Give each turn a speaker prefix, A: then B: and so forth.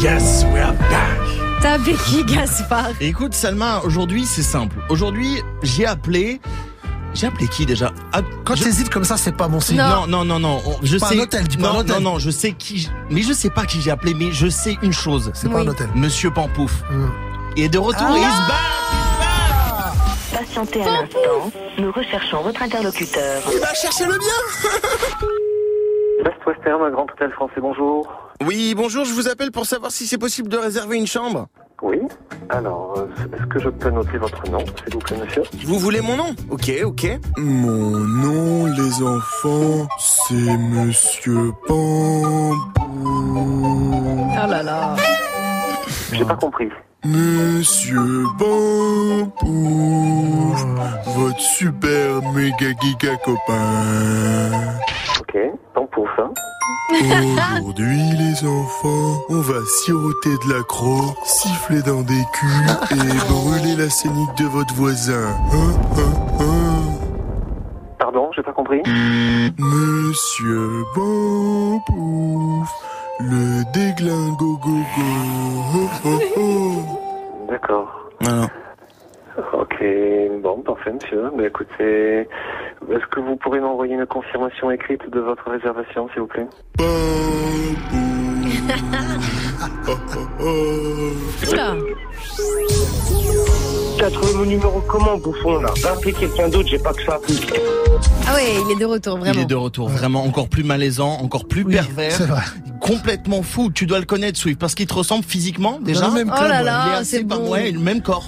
A: Yes, we're back.
B: T'as Becky Gaspard.
A: Écoute, Salma, aujourd'hui, c'est simple. Aujourd'hui, j'ai appelé. J'ai appelé qui déjà Ah,
C: Quand
A: je-
C: t'hésites comme ça, c'est pas bon signe.
A: Non, non, non, non. on- Je
C: Pas un
A: sais.
C: hôtel, dis pas
A: non,
C: un hôtel.
A: non, non, je sais qui. j- Mais je sais pas qui j'ai appelé, mais je sais une chose.
C: C'est pas
B: Oui.
C: un hôtel.
A: Monsieur Pampouf. Et de retour,
C: Ah.
A: il se bat.
D: Patientez un instant, nous recherchons votre interlocuteur.
C: Il va chercher le bien
E: Best Western, Grand Hôtel Français, bonjour.
A: Oui, bonjour, je vous appelle pour savoir si c'est possible de réserver une chambre.
E: Oui, alors, euh, est-ce que je peux noter votre nom, s'il vous plaît, monsieur
A: Vous voulez mon nom Ok, ok.
F: Mon nom, les enfants, c'est Monsieur Bambou.
B: Oh là là.
E: J'ai pas compris.
F: Monsieur Bambou, votre super méga giga copain.
E: Ok, tant pour ça.
F: Aujourd'hui, les enfants, on va siroter de l'accro, siffler dans des culs et brûler la scénique de votre voisin. Hein, hein, hein.
E: Pardon, j'ai pas compris.
F: Monsieur Bampouf, le déglingo go go. Oh, oh, oh.
A: Mm.
E: D'accord.
A: Alors,
E: Ok, bon, parfait, monsieur. Bah, écoutez, est-ce que vous pourrez m'envoyer une confirmation écrite de votre réservation, s'il vous plaît
F: Bampouf. Oh, oh, oh.
B: Oula.
G: T'as trouvé mon numéro comment, bouffon, là Va appeler quelqu'un d'autre, j'ai pas que ça.
B: Ah ouais, il est de retour,
A: il
B: vraiment.
A: est de retour, vraiment encore plus malaisant, encore plus pervers,
C: C'est vrai.
A: complètement fou. Tu dois le connaître, Swift, parce qu'il te ressemble physiquement déjà.
C: Dans le même
B: Oh
C: club,
B: là
C: ouais.
B: là.
A: Il est
B: Ah,
A: assez
B: c'est
A: par-
B: bon.
A: ouais, le même corps.